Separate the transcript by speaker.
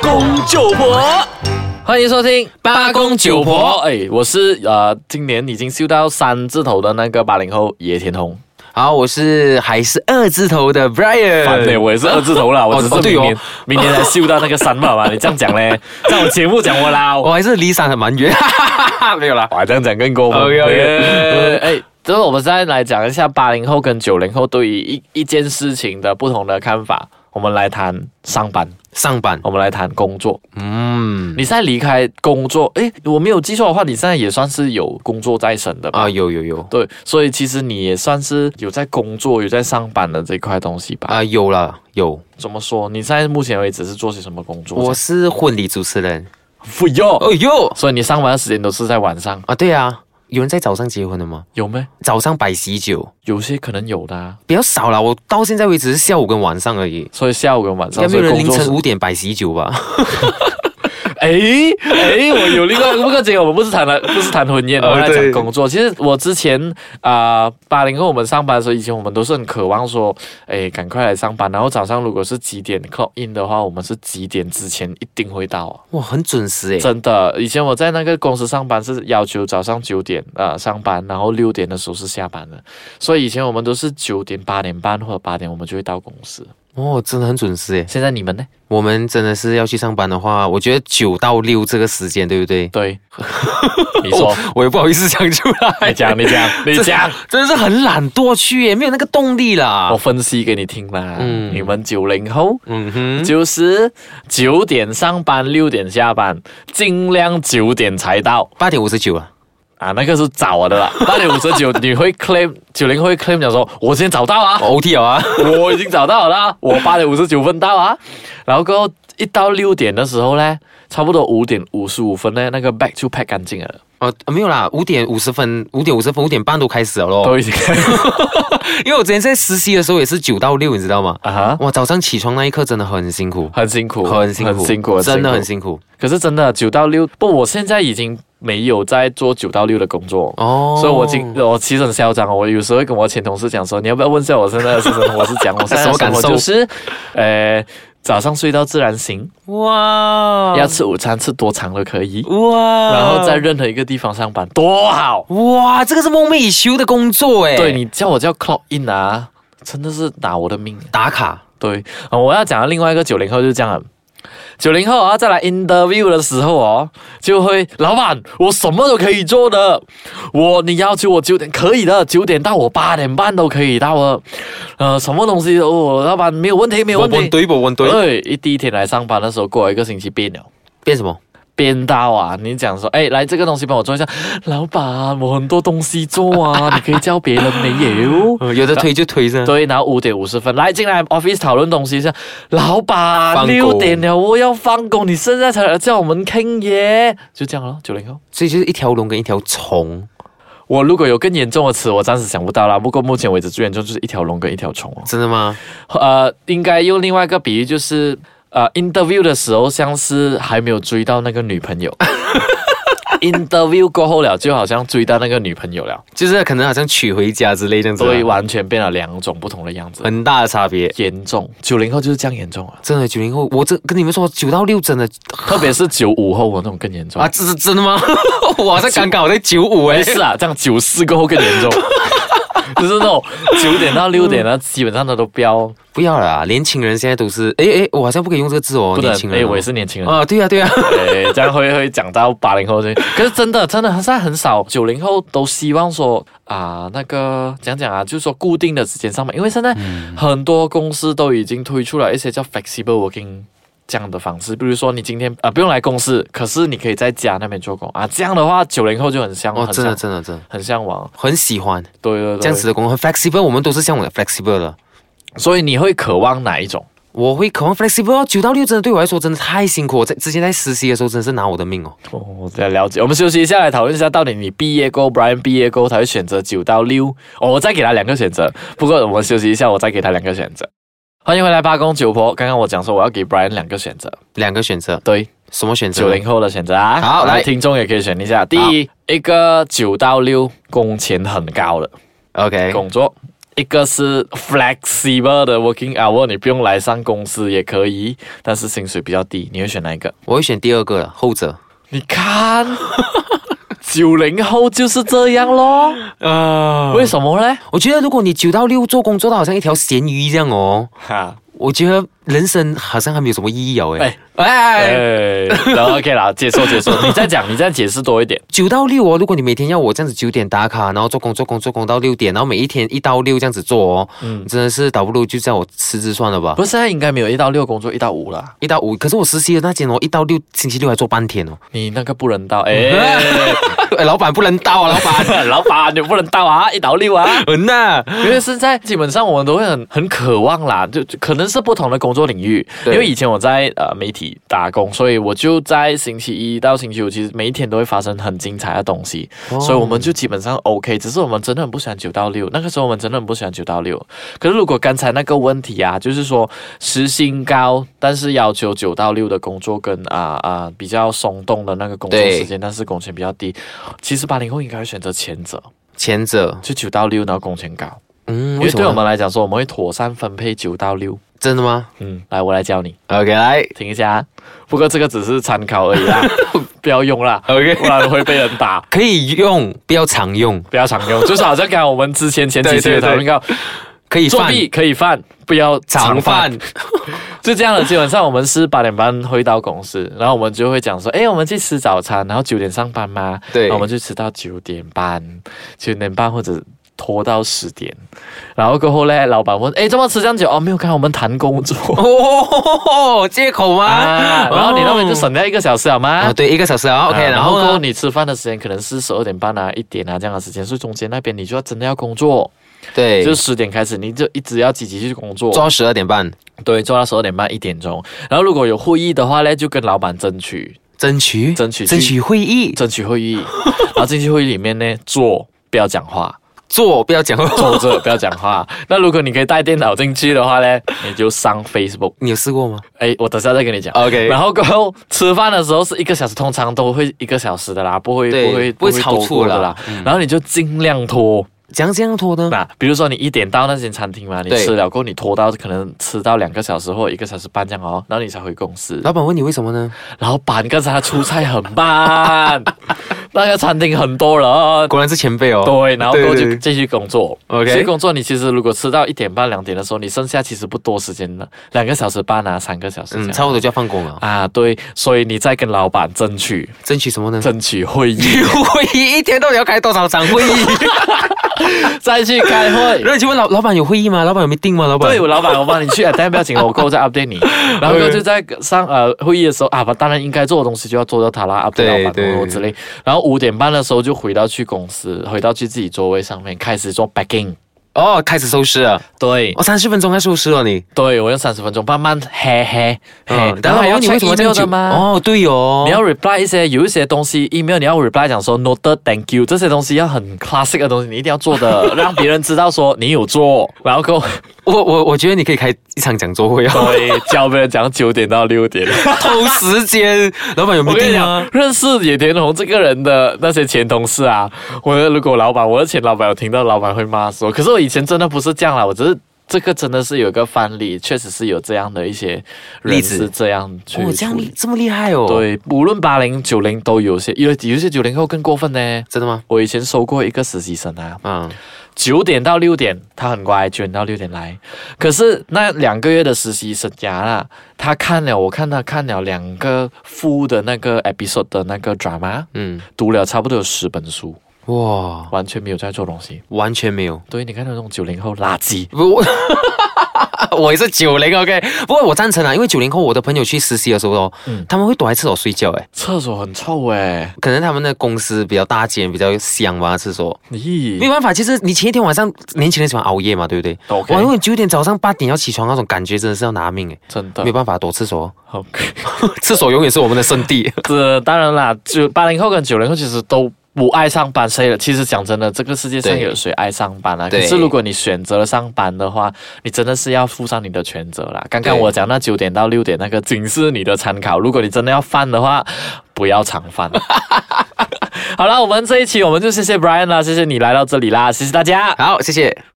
Speaker 1: 公九婆。
Speaker 2: 欢迎收听
Speaker 1: 八公九婆
Speaker 2: 哎，我是呃，今年已经秀到三字头的那个八零后野田红，
Speaker 1: 好，我是还是二字头的 Brian。
Speaker 2: 反正我也是二字头了，我只是
Speaker 1: 哦对哦
Speaker 2: 明年、明年才秀到那个三嘛嘛，你这样讲嘞，在我节目讲我啦，
Speaker 1: 我还是离山很蛮远， 没有啦。
Speaker 2: 哇，这样讲更过分。
Speaker 1: OK，OK
Speaker 2: 耶哎，就是我们再来讲一下八零后跟九零后对于一一件事情的不同的看法。我们来谈上班，
Speaker 1: 上班，
Speaker 2: 我们来谈工作。
Speaker 1: 嗯，
Speaker 2: 你现在离开工作，哎，我没有记错的话，你现在也算是有工作在身的吧？
Speaker 1: 啊，有有有，
Speaker 2: 对，所以其实你也算是有在工作、有在上班的这块东西吧？
Speaker 1: 啊，有了有，
Speaker 2: 怎么说？你现在目前为止是做些什么工作？
Speaker 1: 我是婚礼主持人。
Speaker 2: 不要，
Speaker 1: 哦哟，
Speaker 2: 所以你上班的时间都是在晚上，
Speaker 1: 啊，对啊，有人在早上结婚的吗？
Speaker 2: 有没？
Speaker 1: 早上摆喜酒
Speaker 2: 有些可能有的、啊，
Speaker 1: 比较少啦，我到现在为止是下午跟晚上而已。
Speaker 2: 所以下午跟晚
Speaker 1: 应
Speaker 2: 上
Speaker 1: 该没
Speaker 2: 所
Speaker 1: 有
Speaker 2: 以
Speaker 1: 人
Speaker 2: 工
Speaker 1: 凌
Speaker 2: 作
Speaker 1: 晨
Speaker 2: 是
Speaker 1: 五点摆喜酒吧？
Speaker 2: 哎哎，我有另 外不过今天我们不是谈了，不是谈婚宴，
Speaker 1: 呃
Speaker 2: 我们来
Speaker 1: 对
Speaker 2: 讲工作。其实我之前啊，八、零后我们上班的时候，以前我们都是很渴望说，哎，赶快来上班。然后早上如果是几点 clock in 的话，我们是几点之前一定会到啊、
Speaker 1: 哇，很准时欸诶。
Speaker 2: 真的，以前我在那个公司上班是要求早上九点呃上班，然后六点的时候是下班的，所以以前我们都是九点、八点半或者八点我们就会到公司。
Speaker 1: 哦，真的很准时诶。
Speaker 2: 现在你们呢？
Speaker 1: 我们真的是要去上班的话，我觉得九到六这个时间，对不对？
Speaker 2: 对， 你说，
Speaker 1: 我也不好意思讲出来，
Speaker 2: 你讲，你讲，你
Speaker 1: 这
Speaker 2: 讲，
Speaker 1: 真的是很懒惰去耶，没有那个动力啦
Speaker 2: 我。分析给你听啦。
Speaker 1: 啊嗯
Speaker 2: 你们九零后。
Speaker 1: 嗯哼，
Speaker 2: 就是九点上班，六点下班，尽量九点才到
Speaker 1: 八点五十九了，
Speaker 2: 啊，那个是早的 啦。八点五十九，你会 claim 九零会 claim 讲说，我今天早到啊，
Speaker 1: 我 OT 了啊。
Speaker 2: 我已经找到了啦，我八点五十九分到啊，然后过后一到六点的时候呢，差不多五点五十五分呢，那个 bag 就 pack 干净了，
Speaker 1: 哦，没有啦，五点五十分、五点五十分、五点半都开始了咯。
Speaker 2: 都已经
Speaker 1: 因为我之前在实习的时候也是九到六，你知道吗？
Speaker 2: 啊哈，
Speaker 1: 哇，早上起床那一刻真的很辛苦，
Speaker 2: 很辛苦，
Speaker 1: 很辛苦，
Speaker 2: 很辛苦，
Speaker 1: 真的很
Speaker 2: 苦。
Speaker 1: 辛苦。
Speaker 2: 可是真的九到六，不，我现在已经没有在做九到六的工作。
Speaker 1: 哦，
Speaker 2: 所以我今我其实很嚣张哦，我有时候会跟我前同事讲说，你要不要问一下我现在的生活？我是讲我现在的
Speaker 1: 什么感受
Speaker 2: 生活就是，呃，早上睡到自然醒，
Speaker 1: 哦哇
Speaker 2: 要吃午餐吃多长都可以，
Speaker 1: 哇，
Speaker 2: 然后在任何一个地方上班，多好！
Speaker 1: 哇，这个是梦寐以求的工作哎。
Speaker 2: 对你叫我叫 clock in 啊，真的是拿我的命。
Speaker 1: 打卡
Speaker 2: 对，啊我要讲的另外一个九零后就是这样的。九零后啊，再来 interview 的时候哦，就会老板，我什么都可以做的，我你要求我九点可以的，九点到我八点半都可以到的，呃，什么东西都哦，老板没有问题，没有问题。
Speaker 1: 对，我问呃
Speaker 2: 对，一第一天来上班的时候，过了一个星期变了。
Speaker 1: 变什么？
Speaker 2: 编到啊！你讲说，哎，来这个东西帮我做一下，老板，我很多东西做啊，你可以教别人没有？
Speaker 1: 呃有的推就 推着。
Speaker 2: 对，然后五点五十分来进来 office 讨论东西一下。老板，
Speaker 1: 放工
Speaker 2: 六点了，我要放工，你现在才来叫我们听耶，就这样咯，九零后。
Speaker 1: 所以就是一条龙跟一条虫。
Speaker 2: 我如果有更严重的词，我暂时想不到啦。不过目前为止最严重就是一条龙跟一条虫
Speaker 1: 真的吗？
Speaker 2: 哦。呃，应该用另外一个比喻就是，呃，interview 的时候像是还没有追到那个女朋 友，interview 过后了就好像追到那个女朋友了，
Speaker 1: 就是可能好像娶回家之类这样子啊，
Speaker 2: 所以完全变了两种不同的样子，
Speaker 1: 很大的差别。
Speaker 2: 严重。九零后就是这样严重啊。
Speaker 1: 真的九零后，我这跟你们说，九到六真的
Speaker 2: 特别是九五后，我那种更严重
Speaker 1: 啊，。这是真的吗？ 我在刚刚我在九五 哎
Speaker 2: 没，事啊，这样九四过后更严重，就是那种九点到六点呢，基本上他都飙，
Speaker 1: 不要啦，年轻人现在都是哎哎，我好像不可以用这个字哦，
Speaker 2: 不能
Speaker 1: 年轻人
Speaker 2: 哎，
Speaker 1: 哦
Speaker 2: 我也是年轻人，
Speaker 1: 啊，对 呀对呀，
Speaker 2: 哎，这样会会讲到八零后这，可是真的真的现在很少九零后都希望说啊、那个讲讲啊，就是说固定的时间上班，因为现在
Speaker 1: 嗯
Speaker 2: 很多公司都已经推出了一些叫 flexible working。这样的方式，比如说你今天啊、不用来公司，可是你可以在家那边做工啊。这样的话，九零后就很向
Speaker 1: 哦，
Speaker 2: 往，很
Speaker 1: 真的
Speaker 2: 向
Speaker 1: 真的真的
Speaker 2: 很向往。
Speaker 1: 很喜欢
Speaker 2: 对对对，
Speaker 1: 这样子。的工作，很 flexible，我们都是向往的 flexible 的。
Speaker 2: 所以你会渴望哪一种？
Speaker 1: 我会渴望 flexible，哦九到六真的对我来说真的太辛苦。我在之前在实习的时候真的是拿我的命哦。
Speaker 2: 哦，我在了解。我们休息一下，来讨论一下，到底你毕业过，Brian 毕业过，他会选择九到六。哦，我再给他两个选择。不过我们休息一下，我再给他两个选择。欢迎回来，八公九婆。刚刚我讲说我要给 Brian 两个选择，
Speaker 1: 两个选择，
Speaker 2: 对，
Speaker 1: 什么选择？
Speaker 2: 九零后的选择啊。
Speaker 1: 好来
Speaker 2: 听众也可以选一下。第一，一个九到六，工钱很高的
Speaker 1: OK，
Speaker 2: 工作，一个是 flexible 的 working hour，你不用来上公司也可以，但是薪水比较低，你会选哪一个？
Speaker 1: 我会选第二个后者。
Speaker 2: 你看， 九零后就是这样咯。
Speaker 1: 啊
Speaker 2: 为什么呢？
Speaker 1: 我觉得如果你九到六做工做到好像一条咸鱼这样哦，
Speaker 2: 哈，
Speaker 1: 我觉得人生好像还没有什么意义哦。哎
Speaker 2: 哎哎，
Speaker 1: 哎，
Speaker 2: 然后 OK 啦，解说解 说，你再讲，你再解释多一点。
Speaker 1: 九到六哦，如果你每天要我这样子九点打卡，然后做工做工做工到六点，然后每一天一到六这样子做哦，
Speaker 2: 嗯，
Speaker 1: 真的是倒不如就叫我辞职算了吧
Speaker 2: 不。是，现在啊应该没有一到六工作，一到五啦。
Speaker 1: 一到五，可是我实习的那间哦，一到六星期六还做半天哦。
Speaker 2: 你那个不能到，哎，
Speaker 1: 哎，老板不能到啊，老板。
Speaker 2: 老板你不能到啊，一到六啊。
Speaker 1: 嗯呐，
Speaker 2: 因为现在基本上我们都会很很渴望啦，就就可能是不同的工作领域。因
Speaker 1: 对
Speaker 2: 为以前我在呃媒体打工，所以我就在星期一到星期五，其实每一天都会发生很精彩的东西，
Speaker 1: 哦
Speaker 2: 所以我们就基本上 OK。只是我们真的很不喜欢九到六，那个时候我们真的很不喜欢九到六。可是如果刚才那个问题啊，就是说时薪高，但是要求九到六的工作跟啊啊、比较松动的那个工作
Speaker 1: 对
Speaker 2: 时间，但是工钱比较低，其实八零后应该会选择前者，
Speaker 1: 前者，
Speaker 2: 就九到六，然后工钱高。
Speaker 1: 嗯，
Speaker 2: 因
Speaker 1: 为
Speaker 2: 为
Speaker 1: 什
Speaker 2: 对我
Speaker 1: 么呢？
Speaker 2: 们来讲说，我们会妥善分配九到六。
Speaker 1: 真的吗
Speaker 2: 嗯，来，我来教你，
Speaker 1: ？OK，来
Speaker 2: 听一下啊。不过这个只是参考而已 啦，不要用啦，
Speaker 1: ，OK，
Speaker 2: 不然会被人打。
Speaker 1: 可以用，不要常用，
Speaker 2: 不要常用，就是好像刚才我们之前前几期
Speaker 1: 对对
Speaker 2: 的
Speaker 1: 对
Speaker 2: 讨论到，
Speaker 1: 可以
Speaker 2: 作
Speaker 1: 放
Speaker 2: 弊可以犯，不要
Speaker 1: 常
Speaker 2: 常犯
Speaker 1: 犯。。
Speaker 2: 就这样了。基本上我们是八点半回到公司，然后我们就会讲说，哎，我们去吃早餐，然后九点上班吗？
Speaker 1: 对
Speaker 2: 然后我们就吃到九点半、九点半或者拖到十点，然后过后嘞，老板问，哎，怎么吃这样久？哦，没有，刚才我们谈工 作。
Speaker 1: 哦，借口吗？
Speaker 2: 啊， 然后你那边就
Speaker 1: 哦
Speaker 2: 省掉一个小时好吗？
Speaker 1: 啊，对，一个小时啊，OK，
Speaker 2: 啊
Speaker 1: 然
Speaker 2: 然后
Speaker 1: 后
Speaker 2: 过后
Speaker 1: 呢？
Speaker 2: 你吃饭的时间可能是十二点半啊、一点啊这样的时间，所以中间那边你就要真的要工作，
Speaker 1: 对，
Speaker 2: 就
Speaker 1: 就是
Speaker 2: 十点开始，你就一直要积极去工作，
Speaker 1: 做到十二点半，
Speaker 2: 对，做到十二点半一点钟。然后如果有会议的话呢，就跟老板争取
Speaker 1: 争取
Speaker 2: 争取去
Speaker 1: 争取会议，
Speaker 2: 争取 会议，然后进去会议里面呢坐，不要讲话，
Speaker 1: 做不要讲话。哦
Speaker 2: 坐着不要讲 话。那如果你可以带电脑进去的话呢，你就上 Facebook。
Speaker 1: 你有试过吗
Speaker 2: 哎，我等下再跟你讲。
Speaker 1: ？OK，
Speaker 2: 然后过后吃饭的时候是一个小时，通常都会一个小时的啦，不会
Speaker 1: 对
Speaker 2: 不会
Speaker 1: 不会超
Speaker 2: 多过
Speaker 1: 出
Speaker 2: 的
Speaker 1: 啦
Speaker 2: 啦。嗯然后你就尽量拖，
Speaker 1: 怎样这样拖呢？
Speaker 2: 那比如说你一点到那间餐厅嘛，你
Speaker 1: 对
Speaker 2: 吃了过后你拖到可能吃到两个小时或一个小时半这样哦，然后你才回公 司。
Speaker 1: 老板问你为什么呢？
Speaker 2: 老板刚才他出差很慢， 那个餐厅很多人。
Speaker 1: 果然是前辈哦。
Speaker 2: 对，然后过后
Speaker 1: 对
Speaker 2: 就
Speaker 1: 对
Speaker 2: 继续工作。
Speaker 1: OK
Speaker 2: 继续工作，你其实如果吃到一点半、两点的时候，你剩下其实不多时间了，两个小时半啊，三个小时这
Speaker 1: 嗯，
Speaker 2: 样。
Speaker 1: 差不多就要放工了。
Speaker 2: 啊，对，所以你再跟老板争 取
Speaker 1: 争取什么呢？
Speaker 2: 争取会 议，
Speaker 1: 会议一天到底要开多少场会 议？
Speaker 2: 再去开 会
Speaker 1: 然。后你去问老老板有会议吗？老板有没定吗？老板
Speaker 2: 对，我老板，我帮你去啊，但不要紧，我过后再 update 你。然后过后就在上呃会议的时候啊，把当然应该做的东西就要做到它啦，update
Speaker 1: 对
Speaker 2: 老板
Speaker 1: 对
Speaker 2: 我之类。然后五点半的时候就回到去公司，回到去自己座位上面开始做 backing。
Speaker 1: 哦，开始收拾了。
Speaker 2: 对
Speaker 1: 哦，三十分钟该收拾了你。哦
Speaker 2: 对，我用三十分钟慢慢嘿嘿嘿，然
Speaker 1: 老
Speaker 2: 后
Speaker 1: 板
Speaker 2: 还要
Speaker 1: 问你为
Speaker 2: check
Speaker 1: 什么这
Speaker 2: email
Speaker 1: 样久
Speaker 2: 的吗？
Speaker 1: 哦，对哦，
Speaker 2: 你要 reply 一些有一些东西 email 你要 reply 讲说 noted thank you 这些东西要很 classic 的东西，你一定要做的，让别人知道说你有 做，然后够
Speaker 1: 我我我觉得你可以开一场讲座会 哦，
Speaker 2: 对教别人讲九点到六 点。
Speaker 1: 偷时间。老板有没
Speaker 2: 我
Speaker 1: 有
Speaker 2: 跟你
Speaker 1: 定啊
Speaker 2: 讲？，认识野田宏这个人的那些前同事啊，我的如果老板，我的前老板有听到，老板会骂说，可是我以前真的不是这样啦，我只是。这个真的是有一个范例，确实是有这样的一些
Speaker 1: 例
Speaker 2: 人
Speaker 1: 子
Speaker 2: 是这样去
Speaker 1: 哦，这样
Speaker 2: 处理
Speaker 1: 厉这么厉害哦？，
Speaker 2: 对，无论八零九零都有些，有有些九零后更过分呢。
Speaker 1: 真的吗？
Speaker 2: 我以前收过一个实习生啊，
Speaker 1: 嗯，
Speaker 2: 九点到六点，他很乖，九点到六点来。可是那两个月的实习生涯啦，他看了，我看他看了两个 full 的那个 episode 的那个 drama，
Speaker 1: 嗯，
Speaker 2: 读了差不多有十本书，
Speaker 1: 哇，
Speaker 2: 完全没有在做东西。
Speaker 1: 完全没有。
Speaker 2: 对，你看那种九零后垃圾，
Speaker 1: 不， 我我也是九零 OK，不过我赞成啊，因为九零后我的朋友去实习的时候哦，
Speaker 2: 嗯
Speaker 1: 他们会躲在厕所睡觉，哎，
Speaker 2: 厕所很臭诶。
Speaker 1: 可能他们的公司比较大间，比较香吧，厕所。没
Speaker 2: 咦
Speaker 1: 有办法，其实你前一天晚上，年轻人喜欢熬夜嘛，对不对？
Speaker 2: ，OK，
Speaker 1: 哇，因为九点早上八点要起床那种感觉，真的是要拿命哎，
Speaker 2: 真
Speaker 1: 没有
Speaker 2: 的
Speaker 1: 办法躲厕所，
Speaker 2: ，OK。
Speaker 1: 厕所永远是我们的圣地。
Speaker 2: 这当然啦，九八零后跟九零后其实都不爱上班，谁了？其实讲真的，这个世界上
Speaker 1: 对
Speaker 2: 有谁爱上班啊？可
Speaker 1: 对
Speaker 2: 是如果你选择了上班的话，你真的是要负上你的全责啦。刚刚
Speaker 1: 对
Speaker 2: 我讲那九点到六点那个，仅是你的参考。如果你真的要犯的话，不要常犯。 好了，我们这一期我们就谢谢 Brian 啦，谢谢你来到这里啦，谢谢大家。
Speaker 1: 好，谢谢。